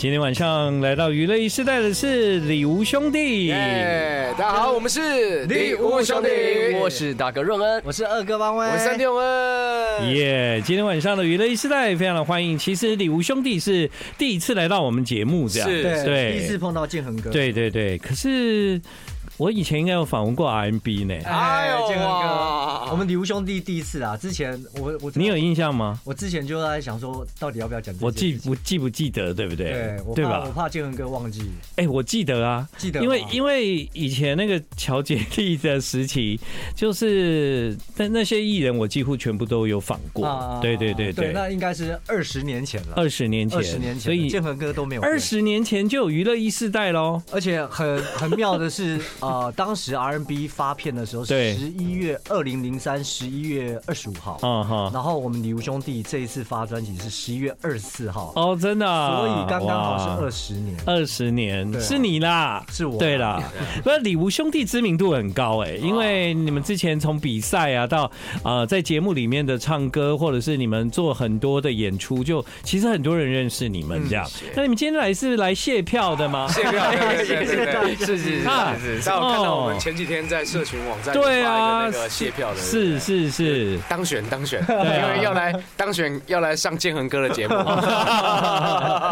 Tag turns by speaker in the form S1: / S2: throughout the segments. S1: 今天晚上来到娱乐一时代的是李吴兄弟。
S2: 耶！大家好，我们是
S3: 第五兄弟，
S2: 我是大哥润恩，
S3: 我是二哥汪威，
S2: 我是三弟润恩。
S1: 耶今天晚上的娱乐一时代非常的欢迎。其实李吴兄弟是第一次来到我们节目，这样
S2: 是
S3: 对，第一次碰到建恒哥，，
S1: 对对对。可是我以前应该有访问过 RMB 呢，
S3: 哎呦建恒哥，
S2: 哇
S3: 我们礼物兄弟第一次啦，啊之前我我
S1: 你有印象吗？
S3: 我之前就在想说，到底要不要讲这件
S1: 我
S3: 事情？
S1: 记我记不记得，对不对？
S3: 对，我
S1: 对
S3: 怕我
S1: 吧？
S3: 怕建恒哥忘记，
S1: 哎、我记得啊，
S3: 记得吗
S1: 因为因为以前那个乔杰利的时期，就是但那些艺人我几乎全部都有访过。对对对
S3: 啊对，
S1: 对，
S3: 那应该是二十年前了，
S1: 二十年前，
S3: 二十年前，
S1: 所以
S3: 建恒哥都没有变
S1: 二。十年前就有娱乐一世代喽。
S3: 而且很很妙的是， 呃，当时 R&B 发片的时候
S1: 对
S3: 是十一月二零零三十一月二十五号，
S1: 啊哈，
S3: 然后我们礼物兄弟这一次发专辑是十一月二十四号，
S1: 哦，真的啊、
S3: 所以刚刚好是二
S1: 十
S3: 十年。
S1: 二十年，
S3: 对啊
S1: 是你啦，
S3: 是我啦
S1: 对啦。不，礼物兄弟知名度很高哎、因为你们之前从比赛啊到呃在节目里面的唱歌，或者是你们做很多的演出，就其实很多人认识你们这样。
S3: 嗯
S1: 那你们今天来是来谢票的吗？
S2: 谢票，对对对对对，是是是
S1: 啊
S2: 是是。大家有看到
S1: 哦
S2: 我们前几天在社群网站
S1: 对
S2: 发
S1: 啊
S2: 一个那个谢票的，
S1: 是是是，
S2: 当选当选，
S1: 啊
S2: 因为要来当选要来上建恒哥的节目。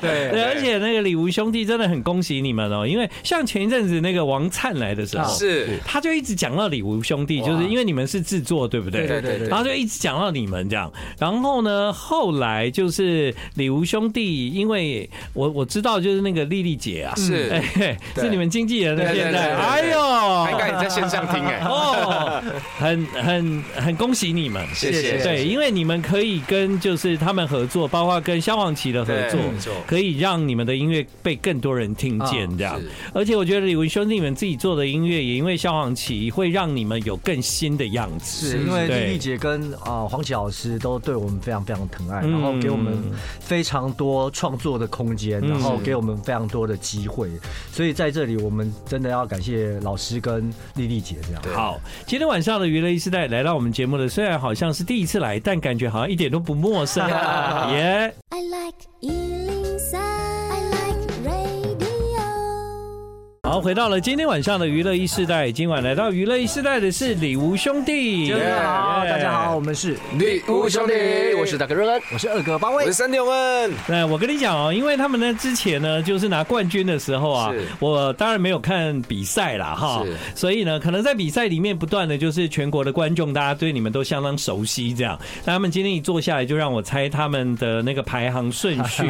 S2: 对
S1: 对，而且那个李吴兄弟真的很恭喜你们哦，因为像前一阵子那个王灿来的时候，
S2: 是
S1: 他就一直讲到李吴兄弟，
S2: 哇
S1: 就是因为你们是制作，对不对？
S3: 对对对
S1: 然后就一直讲到你们这样，然后呢，后来就是李吴兄弟，因为我我知道就是那个丽丽姐啊，
S2: 是
S1: 哎嘿
S2: 对
S1: 是你们经纪人的
S2: 对对
S1: 现在，
S2: 对对对
S1: 哎呦，
S2: 还敢你在线上听哎，
S1: 哦，很很很恭喜你们，
S2: 谢谢谢
S1: 对，因为你们可以跟就是他们合作，包括跟萧煌奇的合作
S2: 对没错，
S1: 可以让你们的音乐被更多人听见，这样。
S2: 是
S1: 而且我觉得李文兄弟们自己做的音乐，也因为萧煌奇会让你们有更新的样子。
S3: 是因为
S1: 对
S3: 丽丽姐跟呃黄绮老师都对我们非常非常疼爱，
S1: 嗯
S3: 然后给我们非常多创作的空间，
S1: 嗯
S3: 然后给我们非常多的机会，所以在这里我们真的要感谢老师跟丽丽姐这样。
S1: 好，今天晚上的娱乐一时代来到我们节目的，虽然好像是第一次来，但感觉好像一点都不陌生。耶、
S4: I like Ealing Sound. I like radio.
S1: 好，回到了今天晚上的娱乐一世代。今晚来到娱乐一世代的是李吴兄弟。
S3: 大家好，
S1: 耶
S3: 大家好，我。们是
S2: 礼物兄弟，我是大哥润恩，
S3: 我是二哥八
S2: 我
S3: 位
S2: 是，三弟恩，
S1: 那我跟你讲哦，因为他们呢之前呢，就是拿冠军的时候啊
S2: 是，
S1: 我当然没有看比赛啦哈
S2: 是，
S1: 所以呢，可能在比赛里面不断的就是全国的观众，大家对你们都相当熟悉这样。那他们今天一坐下来，就让我猜他们的那个排行顺 序，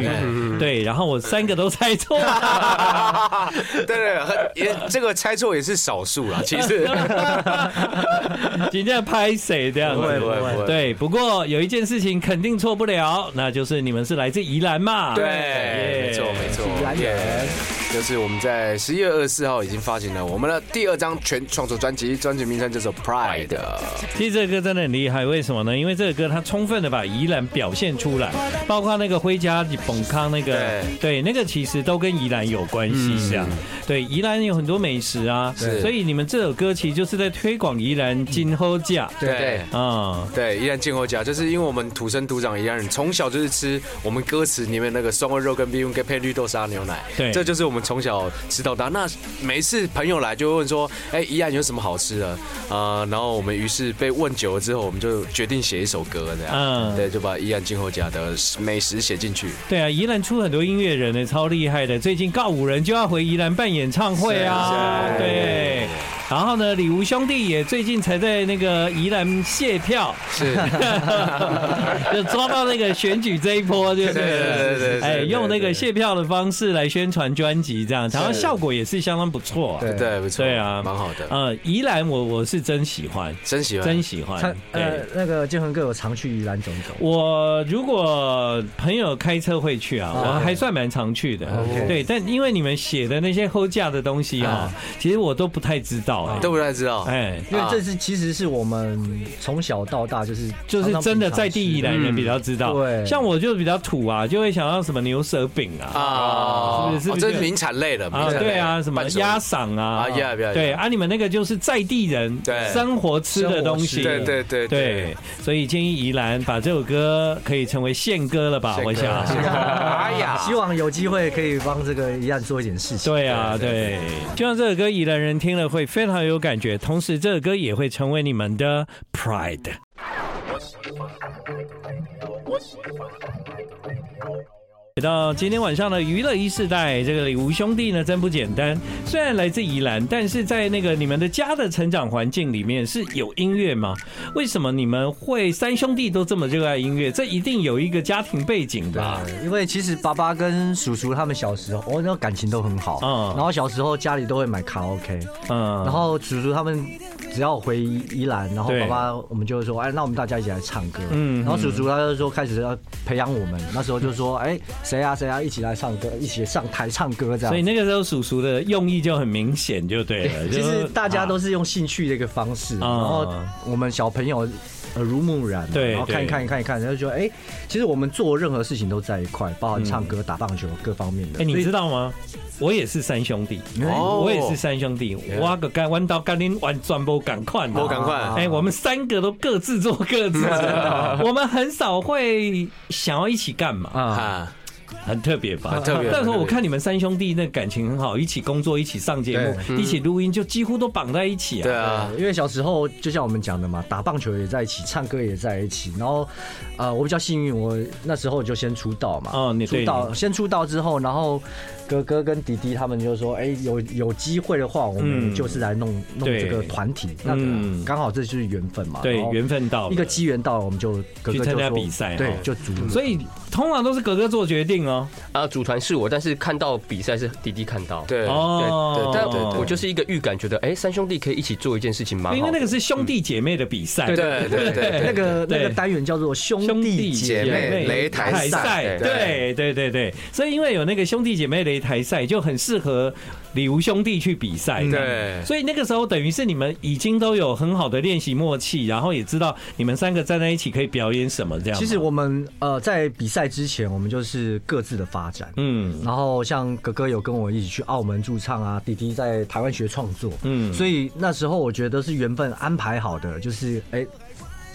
S1: 对，然后我三个都猜错了。
S2: 对 对，很也这个猜错也是少数啦，其实
S1: 今天拍谁这样子？
S2: 不会不会不会
S1: 对，不过有一件事情肯定错不了，那就是你们是来自宜兰嘛？
S2: 对，
S1: 耶
S2: 没错没错，
S3: 蓝
S2: 耶
S3: 人
S2: 就是我们在十一月二十四号已经发行了我们的第二张全创作专辑，专辑名称叫做《Pride》。
S1: 其实这个歌真的很厉害，为什么呢？因为这个歌它充分的把宜兰表现出来，包括那个灰家本康那个，对那个其实都跟宜兰有关系，这样。对，宜兰有很多美食啊，
S2: 嗯是
S1: 所以你们这首歌其实就是在推广宜兰金喝价。
S2: 嗯对
S1: 啊、
S2: 对，依然进口家，就是因为我们土生土长宜兰人，从小就是吃我们歌词里面那个双味肉跟 B 跟配绿豆沙牛奶，
S1: 对
S2: 这就是我们从小吃到大。那每一次朋友来就会问说，哎、宜兰有什么好吃的？啊，然后我们于是被问久了之后，我们就决定写一首歌这样，
S1: 嗯
S2: 对，就把宜兰进口家的美食写 进去。
S1: 对啊，宜兰出很多音乐人呢，超厉害的。最近告五人就要回宜兰办演唱会
S2: 是啊
S1: 啊，
S2: 是啊
S1: 对。然后呢，李吴兄弟也最近才在那个宜兰卸票，
S2: 是，
S1: 就抓到那个选举这一波，就是
S2: 对对对对对
S1: 哎，
S2: 对
S1: 用那个
S2: 对
S1: 卸票的方式来宣传专辑，这样，然后效果也是相当不错、啊。
S3: 对
S2: 对，不错，
S1: 对啊，
S2: 蛮好的，
S1: 呃，宜兰我我是真喜欢，
S2: 真喜欢，
S1: 真喜欢
S3: 参。呃
S1: 对，
S3: 那个建恒哥有常去宜兰走走，
S1: 我如果朋友开车会去啊，
S3: 啊
S1: 我还算蛮常去的
S3: OK。
S1: 对，但因为你们写的那些后价的东西啊，其实我都不太知道道哎、
S2: 都不太知道。
S1: 哎，
S3: 因为这是其实是我们从小到大就是
S1: 就是真的在地 宜兰人比较知道。
S3: 嗯对
S1: 像我就比较土啊，就会想要什么牛舌饼啊，
S2: 啊，
S1: 是不是是不
S2: 哦
S1: 是
S2: 这是名产类的名
S1: 啊，
S2: 产类的
S1: 对啊，什么
S2: 伴手礼
S1: 鸭嗓啊
S2: 啊，呀呀呀
S1: 对啊，你们那个就是在地人
S2: 对
S1: 生活吃的东西，
S2: 对对对
S1: 对，所以建议宜兰把这首歌可以成为宪歌了吧？
S2: 宪歌
S1: 我想，
S2: 宪 歌哎
S3: 哎
S2: 呀
S3: 呀，希望有机会可以帮这个一案做一点事情。
S1: 对啊，对，希望这首歌宜兰人听了会非常有感觉，同时这首歌也会成为你们的 pride。回到今天晚上的娱乐一世代，这个李吴兄弟呢真不简单。虽然来自宜兰，但是在那个你们的家的成长环境里面是有音乐吗？为什么你们会三兄弟都这么热爱音乐？这一定有一个家庭背景吧？
S3: 啊因为其实爸爸跟叔叔他们小时候，哦，那感情都很好。
S1: 嗯
S3: 然后小时候家里都会买卡拉 OK，
S1: 嗯，
S3: 然后叔叔他们只要回宜兰，然后
S1: 对
S3: 爸爸我们就会说，哎，那我们大家一起来唱歌。
S1: 嗯
S3: 嗯，然后叔叔他就说开始要培养我们，那时候就说，哎，谁啊谁啊，一起来唱歌，一起上台唱歌这样。
S1: 所以那个时候叔叔的用意就很明显，就对了。
S3: 其
S1: 就是
S3: 实大家都
S1: 啊
S3: 是用兴趣的一个方式，
S1: 啊
S3: 然后我们小朋友耳濡目染，
S1: 对
S3: 然后看一看一看一看，然后就觉得哎，其实我们做任何事情都在一块，包含唱歌、打棒球各方面的。
S1: 嗯哎、你
S3: 所以
S1: 知道吗？我也是三兄弟，
S2: 哦
S1: 我也是三兄弟，挖个干弯刀干拎完转播赶快
S2: 我赶快
S1: 哎、我们三个都各自做各自的，啊我们很少会想要一起干嘛，
S3: 啊，
S2: 啊，
S1: 很特别吧？
S2: 很特别
S1: 但是
S2: 很特
S1: 我
S2: 别
S1: 看你们三兄弟那感情很好，一起工作，一起上节目，一起录音，就几乎都绑在一起啊。
S2: 对啊，
S3: 因为小时候就像我们讲的嘛，打棒球也在一起，唱歌也在一起。然后，呃，我比较幸运，我那时候就先出道嘛。
S1: 哦你对
S3: 出道先出道之后，然后哥哥跟弟弟他们就说：“哎，有有机会的话，我
S1: 嗯
S3: 们就是来弄弄
S1: 对
S3: 这个团体。”那
S1: 嗯
S3: 刚好这就是缘分嘛。
S1: 对
S3: 然，后
S1: 缘分到了
S3: 一个机缘到了，我们就哥哥
S1: 去
S3: 就
S1: 参加
S3: 说
S1: 比赛
S3: 对
S1: 哦，
S3: 就组了。
S1: 所以通常都是哥哥做决定哦。
S5: 啊，组团是我，但是看到比赛是弟弟看到。，
S2: 对
S1: 哦，
S2: 对
S5: 但
S2: 对对对
S5: 我就是一个预感，觉得哎、三兄弟可以一起做一件事情，蛮好的。
S1: 因为那个是兄弟姐妹的比赛，
S3: 对
S2: 对对对对
S3: 那个
S1: 对
S3: 那个单元叫做兄弟姐
S2: 姐妹擂台赛
S1: 对对对对，所以因为有那个兄弟姐妹擂台赛，就很适合李吴兄弟去比赛。
S2: 嗯对
S1: 所以那个时候等于是你们已经都有很好的练习默契，然后也知道你们三个站在一起可以表演什么这样吗。
S3: 其实我们呃在比赛之前，我们就是各自的发展。
S1: 嗯
S3: 然后像哥哥有跟我一起去澳门驻唱啊，弟弟在台湾学创作，
S1: 嗯
S3: 嗯，所以那时候我觉得是缘分安排好的，就是哎。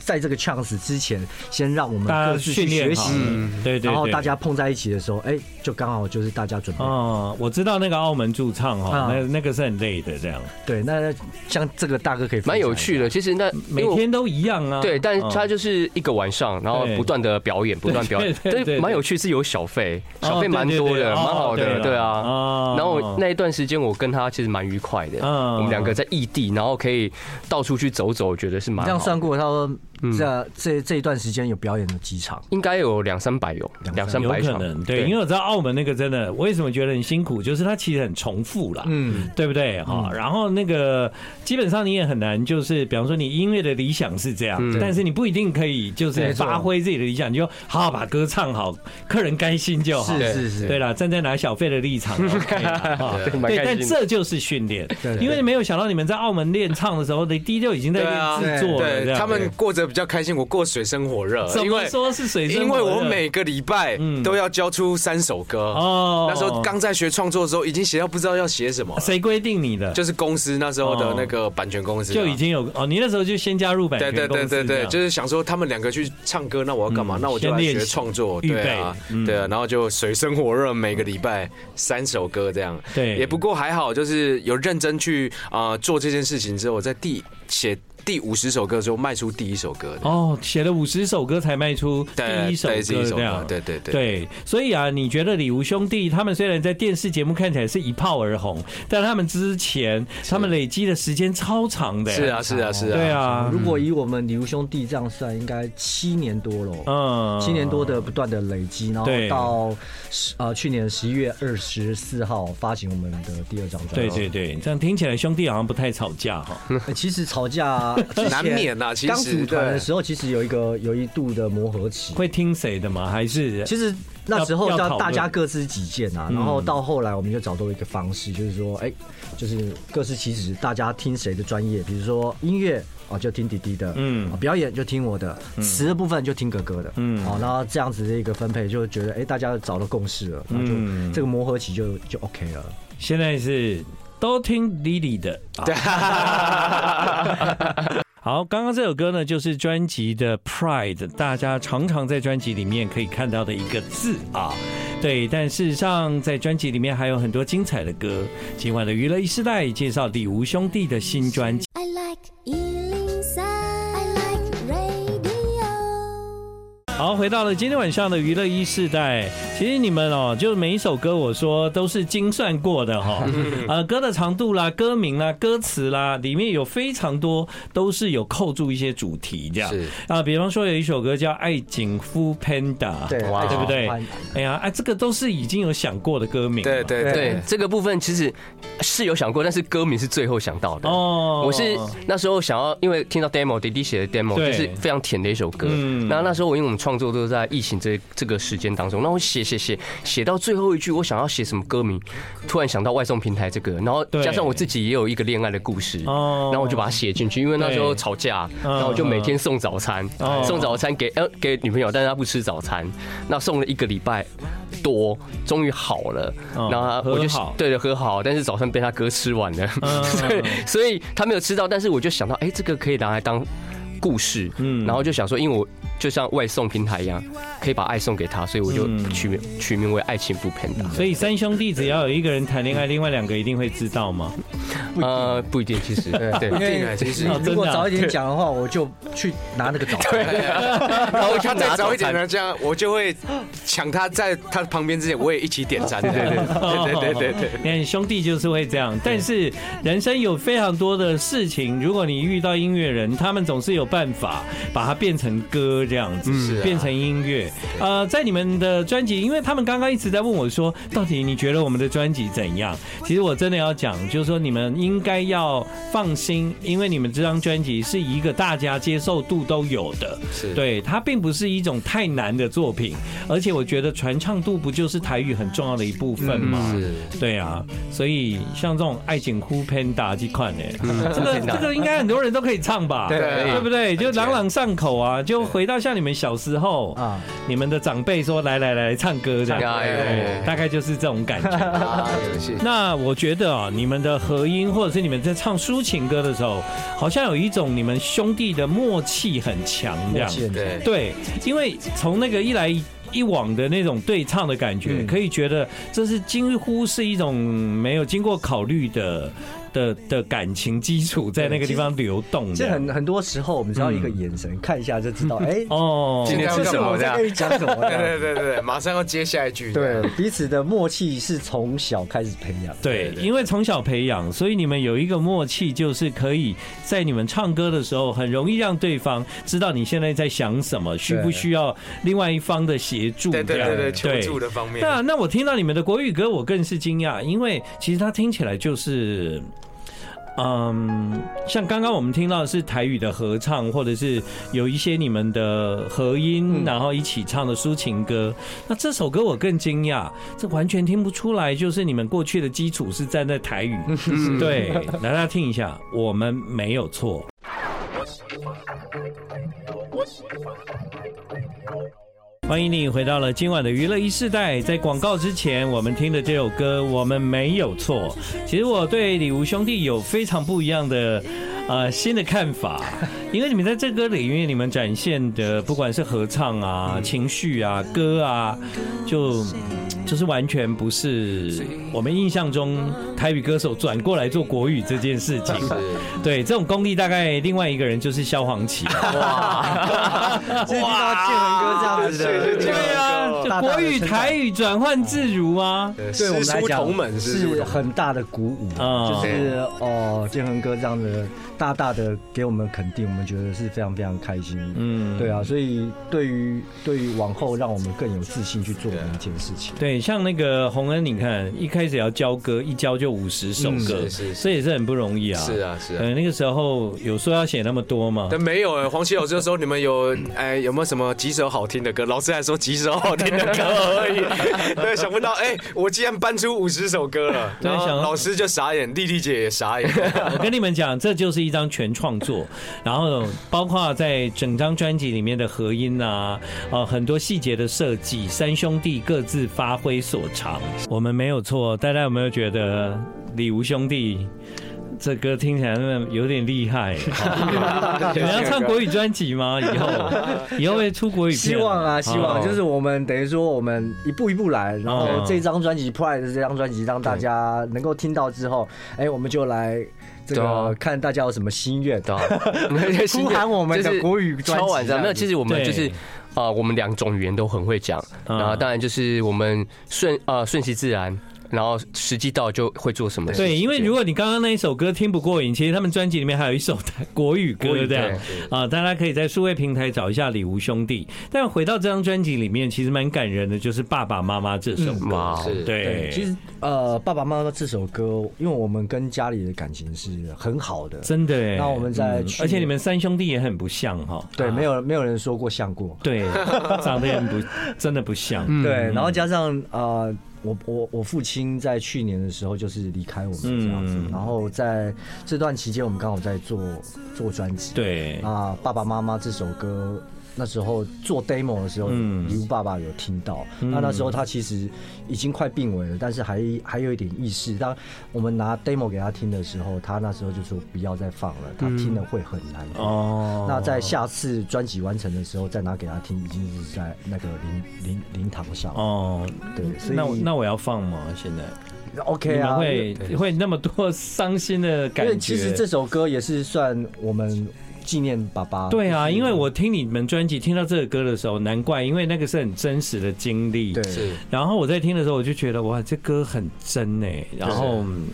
S3: 在这个 chance 之前，先让我们
S1: 大
S3: 各
S1: 家
S3: 自
S1: 训
S3: 去
S1: 练
S3: 学
S1: 好
S3: 习，
S1: 嗯对对对
S3: 然后大家碰在一起的时候，哎、就刚好就是大家准备。
S1: 哦，我知道那个澳门驻唱哦
S3: 啊，
S1: 那那个是很累的，这样
S3: 对，那像这个大哥可以
S5: 蛮有趣
S3: 的，
S5: 的。其实那
S1: 每
S5: 因为我
S1: 天都一样啊。
S5: 对，但
S1: 嗯
S5: 他就是一个晚上，然后
S1: 对
S5: 不断的表演，不断表演，
S1: 对对对对
S5: 对，蛮有趣，是有小费，
S1: 哦
S5: 小费蛮多
S1: 对对对
S5: 的，蛮好
S1: 哦对
S5: 的，
S1: 了
S5: 对
S1: 哦
S5: 啊。然后那一段时间，我跟他其实蛮愉快的，
S1: 嗯
S5: 我们两个在异地，然后可以到处去走走，我觉得是
S3: 你
S5: 蛮
S3: 这样
S5: 好嗯
S3: 算
S5: 的。
S3: 过，他说这这这一段时间有表演了几场，
S5: 应该有两三百有，两三
S1: 有
S5: 百
S1: 可
S5: 场
S1: 能，对，因为我知道澳门那个真的，为什么觉得很辛苦，就是它其实很重复啦，嗯
S3: 嗯，
S1: 对不对？哈、然后那个基本上你也很难，就是比方说你音乐的理想是这样，但是你不一定可以就是
S3: 没错
S1: 发挥自己的理想，你就好好把歌唱好，客人开心就好。
S3: 是
S5: 对
S3: 是是，
S1: 对啦，站在拿小费的立场，OK 啦哈
S5: 对蛮
S1: 啊对，
S5: 开
S1: 但
S5: 心的
S1: 这就是训练
S3: 对，对
S1: 因为没有想到你们在澳门练唱的时候，雷迪就已经在
S2: 对啊
S1: 练制作了，这
S2: 对
S1: 样
S2: 他们过着比较开心，我过水深火热，
S1: 怎
S2: 因
S1: 么
S2: 为
S1: 说是水深
S2: 因为
S1: 火
S2: 我
S1: 热嗯
S2: 每个礼拜都要交出三首歌
S1: 哦
S2: 那时候刚在学创作的时候，已经写到不知道要写什么了，
S1: 谁规定你的？
S2: 就是公司那时候的那个版权公司啊
S1: 就已经有哦，你那时候就先加入版
S2: 对
S1: 权
S2: 对
S1: 哎公
S2: 对
S1: 司
S2: 对
S1: 这
S2: 对，
S1: 样
S2: 就是想说他们两个去唱歌，那我要干嘛？
S1: 嗯
S2: 那我就来
S1: 先练
S2: 学
S1: 习
S2: 创作，
S1: 预备
S2: 对啊
S1: 嗯，
S2: 对啊，然后就水深火热，每个礼拜三首歌这样。
S1: 对
S2: 也不过还好，就是有认真去啊、呃做这件事情之后，在第写第五十首歌的时候卖出第一首歌的，
S1: 哦，写了五十首歌才卖出
S2: 对
S1: 第一首
S2: 对
S1: 歌
S2: 第一首
S1: 这样
S2: 歌，。对对对。
S1: 对，所以啊，你觉得李吴兄弟他们虽然在电视节目看起来是一炮而红，但他们之前他们累积的时间超长的，
S2: 是啊，，是啊，是啊，
S1: 对，
S5: 嗯
S1: 啊，
S3: 如果以我们李吴兄弟这样算，应该七年多了。
S1: 嗯
S3: 七年多的不断的累积，然后
S1: 对
S3: 到十呃去年十一月二十四号发行我们的第二张专辑。
S1: 对对对，这样听起来兄弟好像不太吵架 哈。
S3: 呃其实吵架
S2: 难免啊其实
S3: 刚组团的时候，其实有一个有一度的磨合期。
S1: 会听谁的吗？还是
S3: 其实那时候
S1: 要要
S3: 大
S1: 讨论
S3: 大家各司己见啊，然后到后来我们就找到一个方式，就是说，哎、就是各司其职，大家听谁的专业，比如说音乐。哦，就听弟弟的，
S1: 嗯
S3: 嗯，表演就听我的，词的部分就听哥哥的，嗯，好、然后这样子的一个分配，就觉得哎、大家找到共识了，然后就、
S1: 嗯
S3: 这个磨合期就就 OK 了。
S1: 现在是都听 Lily 的。啊好，刚刚这首歌呢，就是专辑的《Pride》，大家常常在专辑里面可以看到的一个字啊。对，但事实上在专辑里面还有很多精彩的歌。今晚的娱乐一时代介绍李吴兄弟的新专辑。
S4: I like Ealing Sound. I like radio.
S1: 好，回到了今天晚上的娱乐一世代。其实你们哦，就每一首歌，我说都是精算过的 哈、呃，歌的长度啦、歌名啦、歌词啦，里面有非常多都是有扣住一些主题这样。
S2: 是
S1: 啊，比方说有一首歌叫《爱景夫 Panda》，
S3: 对，
S5: 哇
S3: 哎
S1: 对不对
S3: 欢？
S1: 哎呀，哎、这个都是已经有想过的歌名了。
S2: 对对
S3: 对
S5: 哦对这个部分其实是有想过，但是歌名是最后想到的。
S1: 哦
S5: 我是那时候想要，因为听到 demo 迪迪写的 demo
S1: 对
S5: 就是非常甜的一首歌。
S1: 嗯
S5: 那那时候我因为我们创作都是在疫情这这个时间当中，那我写写写写到最后一句，我想要写什么歌名，突然想到外送平台这个，然后
S1: 对
S5: 加上我自己也有一个恋爱的故事，
S1: 哦
S5: 然后我就把它写进去。因为那时候
S1: 对
S5: 吵架，
S1: 嗯
S5: 然后我就每天送早餐
S1: 哦，
S5: 送早餐给呃给女朋友，但是她不吃早餐，那送了一个礼拜多，终于好了，
S1: 哦
S5: 然后她我就
S1: 和好
S5: 对的和好，但是早餐被他哥吃完了。
S1: 嗯
S5: 对， 所以他没有吃到，但是我就想到，哎、这个可以拿来当故事，
S1: 嗯
S5: 嗯， 然后就想说，因为我就像外送平台一样，可以把爱送给他，所以我就
S1: 嗯
S5: 取名、取名为爱情不 panda。
S1: 所以三兄弟只要有一个人谈恋爱，另外两个一定会知道吗？
S5: 呃，不一定，其实对
S3: 因，为
S2: 定啊其实
S1: 哦真的啊
S3: 如果早一点讲的话，我就去拿那个早餐。
S5: 然后我去
S2: 他再
S5: 拿
S2: 早
S5: 早
S2: 一点
S5: 餐。
S2: 呢，这样我就会抢他在他旁边之前，我也一起点餐。对对 对对对对
S1: 你看兄弟就是会这样，但是人生有非常多的事情，如果你遇到音乐人，他们总是有办法把它变成歌这样子，
S2: 是啊
S1: 变成音乐。呃，在你们的专辑，因为他们刚刚一直在问我说，到底你觉得我们的专辑怎样？其实我真的要讲，就是说你们应该要放心，因为你们这张专辑是一个大家接受度都有的，
S2: 是
S1: 对它并不是一种太难的作品，而且我觉得传唱度不就是台语很重要的一部分吗？
S2: 对，是。
S1: 对啊，所以像这种爱情哭 panda 这款呢，这 个
S5: Panda
S1: 这个应该很多人都可以唱吧？
S3: 对
S2: 对
S1: 嗯 对不对？就朗朗上口啊！就回到像你们小时候啊
S3: 啊，
S1: 你们的长辈说来来来唱歌这样，
S5: 哎呦
S1: 对大概就是这种感觉。
S2: 啊，游戏
S1: 那我觉得啊，你们的合音或者是你们在唱抒情歌的时候，好像有一种你们兄弟的默契很强这样。
S3: 见
S2: 对
S1: 对，因为从那个一来一往的那种对唱的感觉，
S2: 嗯
S1: 可以觉得这是几乎是一种没有经过考虑的的的感情基础在那个地方流动
S3: 其实
S1: 的。
S3: 很很多时候，我们只要一个眼
S1: 嗯
S3: 神看一下就知道， 哎、
S1: 哦，
S5: 今天
S3: 这
S5: 要
S3: 是
S5: 干嘛
S3: 我
S5: 这
S3: 在
S5: 样
S3: 跟你讲什么
S2: 对
S3: 的。
S2: 对对对，马上要接下一句。
S3: 对，彼此的默契是从小开始培养。
S1: 对
S2: 对，对
S1: 因为从小培养，所以你们有一个默契，就是可以在你们唱歌的时候，很容易让对方知道你现在在想什么，需不
S3: 对
S1: 需要另外一方的协助这
S2: 对
S1: 样。
S2: 对对对，求助的方面。
S1: 那那我听到你们的国语歌，我更是惊讶，因为其实它听起来就是。嗯，像刚刚我们听到的是台语的合唱，或者是有一些你们的合音，然后一起唱的抒情歌。那这首歌我更惊讶，这完全听不出来，就是你们过去的基础是站在台语。对， 来大家听一下，我们没有错。欢迎你回到了今晚的娱乐一世代。在广告之前，我们听的这首歌，我们没有错。其实我对李吴兄弟有非常不一样的。呃，新的看法，因为你们在这歌里面，你们展现的不管是合唱啊、情绪啊、歌啊，就就是完全不是我们印象中台语歌手转过来做国语这件事情。对，这种功力大概另外一个人就是萧煌奇。
S3: 这是遇到建恒哥这样子的，
S1: 对啊，就国语、台语转换自如啊。
S3: 对我们来
S2: 师出
S3: 讲
S2: 同门是
S3: 是很大的鼓舞，
S1: 嗯
S3: 就是哦，建恒哥这样的大大的给我们肯定，我们觉得是非常非常开心。
S1: 嗯
S2: 啊
S3: 嗯，对啊，所以对于对于往后让我们更有自信去做的一件事情。
S1: 对，对，像那个洪恩，你看一开始要教歌，一教就五十首歌，
S2: 嗯是是是
S1: 这也是很不容易啊。
S2: 是啊是啊
S1: 嗯，那个时候有说要写那么多嘛？
S2: 但没有哎，黄奇老师就说你们有哎有没有什么几首好听的歌？老师还说几首好听的歌而已。对，想不到哎，我竟然搬出五十首歌了。
S1: 对
S2: 然后
S1: 想
S2: 老师就傻眼，丽丽姐也傻眼。
S1: 我跟你们讲，这就是一张全创作，然后包括在整张专辑里面的合音啊，呃，很多细节的设计，三兄弟各自发挥所长，我们没有错。大家有没有觉得李吴兄弟？这歌听起来那么有点厉 害，你们要唱国语专辑吗？以后以后会出国语片？
S3: 希望啊，希望
S1: 哦
S3: 就是我们等于说我们一步一步来，然后
S1: 哦
S3: 这张专辑《Pride》的这张专辑让大家能够听到之后，哎，我们就来这
S5: 对啊
S3: 个看大家有什么心愿。
S5: 对啊，
S3: 呼喊我们的国语专辑啊
S5: 超晚上没有，其实我们
S1: 对
S5: 就是啊、我们两种语言都很会讲，
S1: 嗯
S5: 然后当然就是我们顺啊顺其自然，然后时机到就会做什么事情。
S1: 对，因为如果你刚刚那一首歌听不过瘾，其实他们专辑里面还有一首 国语
S5: 国
S1: 歌
S5: 语
S1: 这样
S5: 对
S1: 啊，大家可以在数位平台找一下李吴兄弟。但回到这张专辑里面，其实蛮感人的，就是《爸爸妈妈》这首歌。
S5: 哇哦，
S2: 是
S1: 对，
S3: 其实呃，爸爸妈妈这首歌，因为我们跟家里的感情是很好的，
S1: 真的哎。
S3: 那我们在
S1: 嗯
S3: 去
S1: 而且你们三兄弟也很不像哈。
S3: 对，没有没有人说过像过，
S1: 对，长得也很不，真的不像。
S3: 对，然后加上呃，我我我父亲在去年的时候就是离开我们这样子，
S1: 嗯
S3: 然后在这段期间，我们刚好在做做专辑，
S1: 对，
S3: 啊，爸爸妈妈这首歌。那时候做 demo 的时候，
S1: 嗯
S3: 礼物爸爸有听到。那那时候他其实已经快病危了，但是还还有一点意识。当我们拿 demo 给他听的时候，他那时候就说不要再放了，他听了会很难
S1: 嗯
S3: 过。
S1: 哦，
S3: 那在下次专辑完成的时候再拿给他听，已经是在那个灵灵灵堂上。
S1: 哦，
S3: 对，所以
S1: 那我那我要放吗？现在
S3: OK
S1: 你
S3: 啊，
S1: 们
S3: 因为
S1: 会会那么多伤心的感
S3: 因
S1: 觉？
S3: 为其实这首歌也是算我们纪念爸爸。
S1: 对啊，
S3: 就是
S1: 因为我听你们专辑听到这个歌的时候，难怪，因为那个是很真实的经历。
S3: 对。
S2: 是
S1: 然后我在听的时候，我就觉得哇，这歌很真哎、然后嗯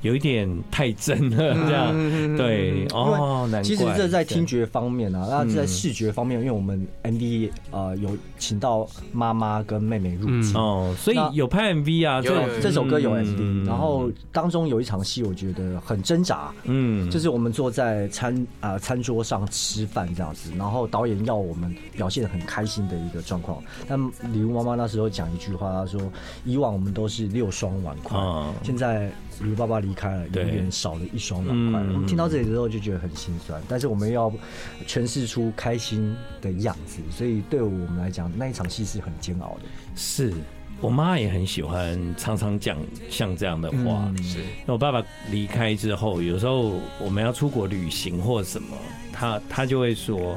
S1: 有一点太真了，
S3: 嗯
S1: 这样对哦，难怪。嗯
S3: 其实这在听觉方面啊，那在视觉方面，因为我们 MV 呃有请到妈妈跟妹妹入
S5: 嗯
S3: 镜，
S1: 哦，所以有拍 MV 啊，
S2: 有
S1: 这
S2: 有
S3: 这首歌有
S1: 嗯
S3: MV，然后当中有一场戏，我觉得很挣扎，
S1: 嗯
S3: 就是我们坐在餐啊、餐桌上吃饭这样子，然后导演要我们表现得很开心的一个状况。但礼物妈妈那时候讲一句话，她说：“以往我们都是六双碗筷，
S1: 嗯
S3: 现在礼物爸爸离开了，
S1: 对
S3: 永远少了一双碗筷。
S1: 嗯
S3: 我们听到这里之后就觉得很心酸，但是我们要诠释出开心的样子，所以对我们来讲，那一场戏是很煎熬的。
S1: 是我妈也很喜欢，常常讲像这样的话。
S3: 嗯
S2: 是
S1: 那我爸爸离开之后，有时候我们要出国旅行或什么，他他就会说：“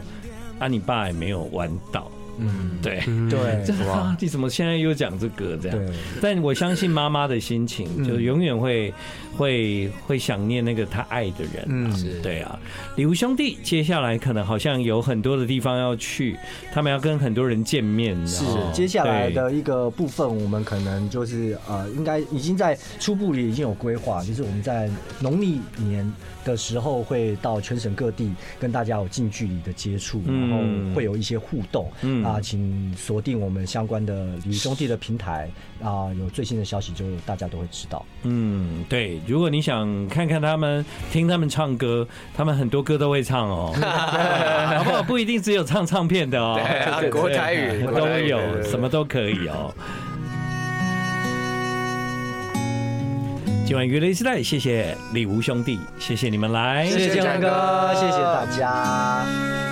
S1: 啊，你爸也没有玩到。”嗯，对，
S3: 对
S1: 这啊，你怎么现在又讲这个这样
S3: 对？
S1: 但我相信妈妈的心情，就永远会会会想念那个她爱的人
S3: 嗯
S1: 啊。
S2: 是
S1: 对啊，礼物兄弟接下来可能好像有很多的地方要去，他们要跟很多人见面。哦
S3: 是
S1: 然后
S3: 接下来
S1: 对
S3: 的一个部分，我们可能就是呃，应该已经在初步里已经有规划，就是我们在农历年的时候会到全省各地跟大家有近距离的接触，然后
S1: 嗯
S3: 会有一些互动。
S1: 嗯
S3: 啊，请锁定我们相关的李兄弟的平台啊，有最新的消息就大家都会知道。
S1: 嗯，对，如果你想看看他们，听他们唱歌，他们很多歌都会唱 哦，好不好？不一定只有唱唱片的哦，
S2: 对啊
S1: 对对
S2: 国台语
S1: 对
S2: 国
S1: 都
S2: 台语
S1: 有
S2: 对对，对
S1: 什么都可以哦。今晚娱乐时代，谢谢李吴兄弟，谢谢你们来，
S3: 谢谢江哥，谢谢大家。